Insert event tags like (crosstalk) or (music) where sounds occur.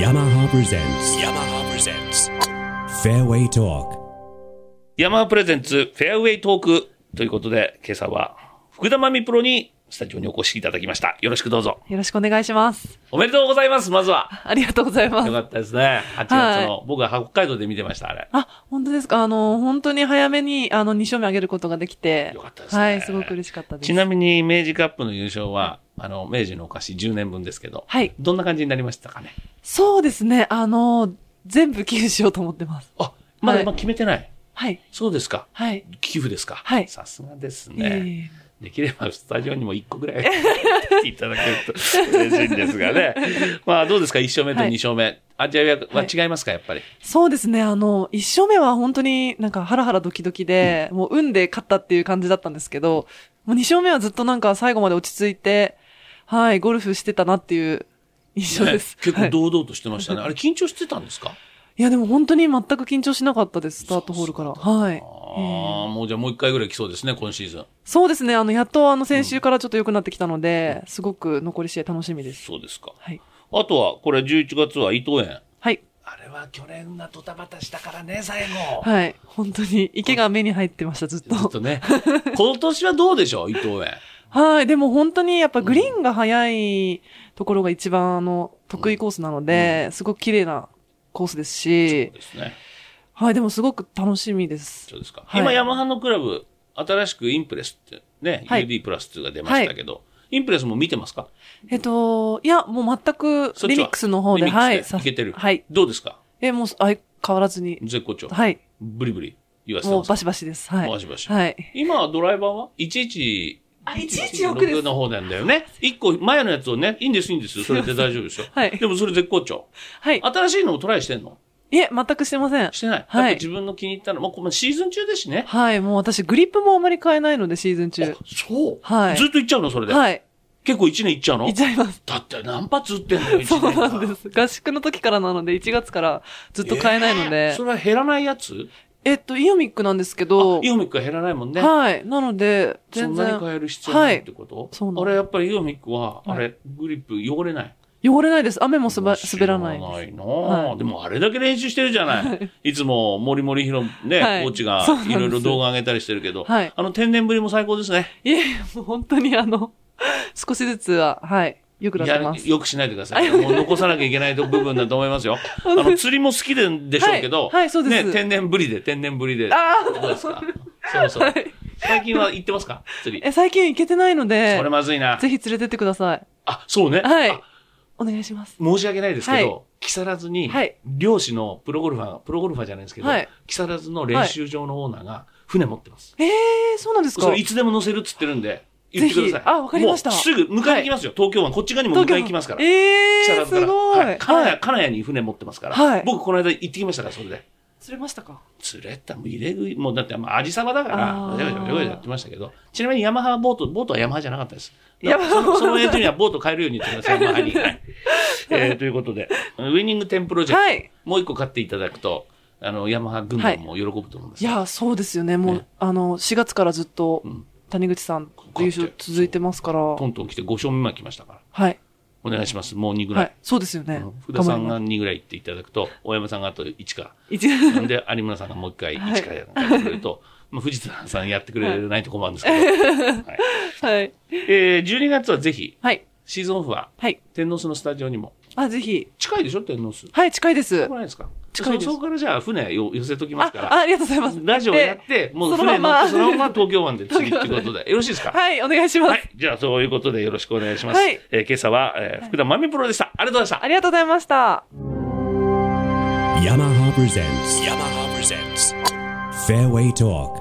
yamaha presents yamaha presents fairway talk ヤマハプレゼンツフェアウェイトークということで、今朝は福田真美プロにスタジオにお越しいただきました。よろしくどうぞ。よろしくお願いします。おめでとうございます、まずは。 (laughs) ありがとうございまよす。かったですね。8月の、僕は北海道で見てました、あれ。あ、本当ですかあの、本当に早めに、あの、2勝目上げることができて。よかったですねはい、すごく嬉しかったです。ちなみに、明治カップの優勝は、あの、明治のお菓子10年分ですけど、はいどんな感じになりましたかね。そうですね、あの、全部寄付しようと思ってます。あ、まだはい今決めてない。はい、そうですか。はい。寄付ですか。はいさすがですいえいね。えできればスタジオにも1個ぐらい (laughs) いただけると嬉しいんですがね。まあどうですか ?1 勝目と2勝目。アジアは違いますかやっぱり。そうですね、あの、1勝目は本当になんかハラハラドキドキで、もう運で勝ったっていう感じだったんですけど、もう2勝目はずっとなんか最後まで落ち着いて、はい、ゴルフしてたなっていう印象ねです。結は構堂い々としてましたね。あれ緊張してたんですかいや、でも本当に全く緊張しなかったです、スタートホールから。はい。ああ、もうじゃあもう一回ぐらい来そうですね、今シーズン。そうですね、あの、やっとあの、先週からちょっと良くなってきたので、すごく残り試合楽しみです。そうですか。はい。あとは、これ11月は伊藤園。はい。あれは去年がドタバタしたからね、最後。はい。本当に、池が目に入ってました、ずっずっと。とね。今年はどうでしょう、伊藤園。はい。でも本当に、やっぱグリーンが早いところが一番、あの、得意コースなので、すごく綺麗なコースですしそう、ですね。はい。でもすごく楽しみですそう。ですか。はい今、ヤマハのクラブ、新しくインプレスってね、はい UD プラス2が出ましたけど、インプレスも見てますかえっと、いや、もう全くそ、っちはリミックスの方で、リミックスはでい。さいけてるはい。どうですかえ、もう、相変わらずに、絶好調。はい。ブリブリ言わせてもまうすバ。シバシです。はい。バシバシはい。今、ドライバーは ?11、あ116ですの方なんだよね。1個前のやつをね、いいんです、いいんですよ。それで大丈夫ですよ。はいでもそれ絶好調。はい。新しいのもトライしてんのいえ、全くしてません。してない。はいだって自分の気に入ったの、もうこのシーズン中ですしね。はい、もう私、グリップもあまり変えないので、シーズン中あ。そう。はいずっと行っちゃうの、それで。はい。結構1年行っちゃうのいっちゃいます。だって何発打ってんのよ、1年そう間なんです。合宿の時からなので、1月からずっと変えないのえーでそ。れは減らないやつえっと、イオミックなんですけどあ、イオミックは減らないもんね。はい。なので、そん全なに変然、える必要ないってこと、いそうなんですあれやっぱりイオミックは、はいあれ、グリップ汚れない。汚れないです。雨もすば知滑らなないでいす。なあ、はいでもあれだけ練習してるじゃない。いつも森森弘ね、はいコーチがそうなんいですろいろ動画上げたりしてるけど、はいあの天然ぶりも最高ですね。いえ、もう本当にあの、 (laughs) 少しずつは、はい、良くなっやてるます。よくしないでください。もう残さなきゃいけない部分だと思い (laughs) ますよ。あの、釣りも好きででしょうけど、はいはいそうですね、天然ぶりで、天然ぶりで。あどうですかそうそう。はい最近は行ってますか釣り。え、最近行けてないのでそれ、まずいな。ぜひ連れてってください。あ、そうね。はあい。お願いします。申し訳ないですけど、は木更津にはい、漁師のプロゴルファーが、プロゴルファーじゃないですけど、はい木更津の練習場のオーナーが船持ってます。えー、そうなんですかそれいつでも乗せるっつってるんで、言ってください。ぜひあわかりましたもうすぐ迎えに行きますよ。東京湾、こっち側にも迎えに行きますから。え木ー、更津かすらごい。はい金は谷、い。金谷に船持ってますから。はい僕、この間行ってきましたから、それで。釣れましたか釣れた、もう入れ食い、もうだって、まあ、アジサバだから、あーわちゃわちゃわちゃわちゃやってましたけど、ちなみにヤマハはボート、ボートはヤマハじゃなかったです。ヤマハそのそのエンジニアはボート買えるように言ってください、ヤマハ (laughs) に。はいえーということで、ウィニング10プロジェクト、はいもう一個買っていただくと、あの、ヤマハ軍団も喜ぶと思うんですいよ、や、そうですよね。もう、ねあの、4月からずっとん、谷口さんと優勝続いてますから。トントン来て5勝目まで来ましたから、はい。お願いします、もう2ぐら。はいい。そうですよねうん。福田さんが頑張りま2ぐらい行っていただくと、大山さんがあと1か。す。一なんで、有村さんがもう一回、はい一からやってくれると、まあ、藤田さんやってくれないと困るんですけ (laughs) ど、はいはい。えー、12月はぜひ、はい。シーズンオフは、はい。天皇洲のスタジオにも。あ、ぜひ。近いでしょ天皇洲。近はい、近いですく。ないですか近いですそそこからじゃあ船よ寄せときまあす、かあら。ありがとうございます。ラジオやって、もう船その乗っまて、ま (laughs) そのまま東京湾で次っていうことで。よろしいですえか (laughs) はい、お願いします。はい。じゃあ、そういうことでよろしくお願いします。はいえー今朝は、えー福田まみプロでした。ありがとうございましたあ。りがとうございました。 yamaha presents yamaha presents fairway talk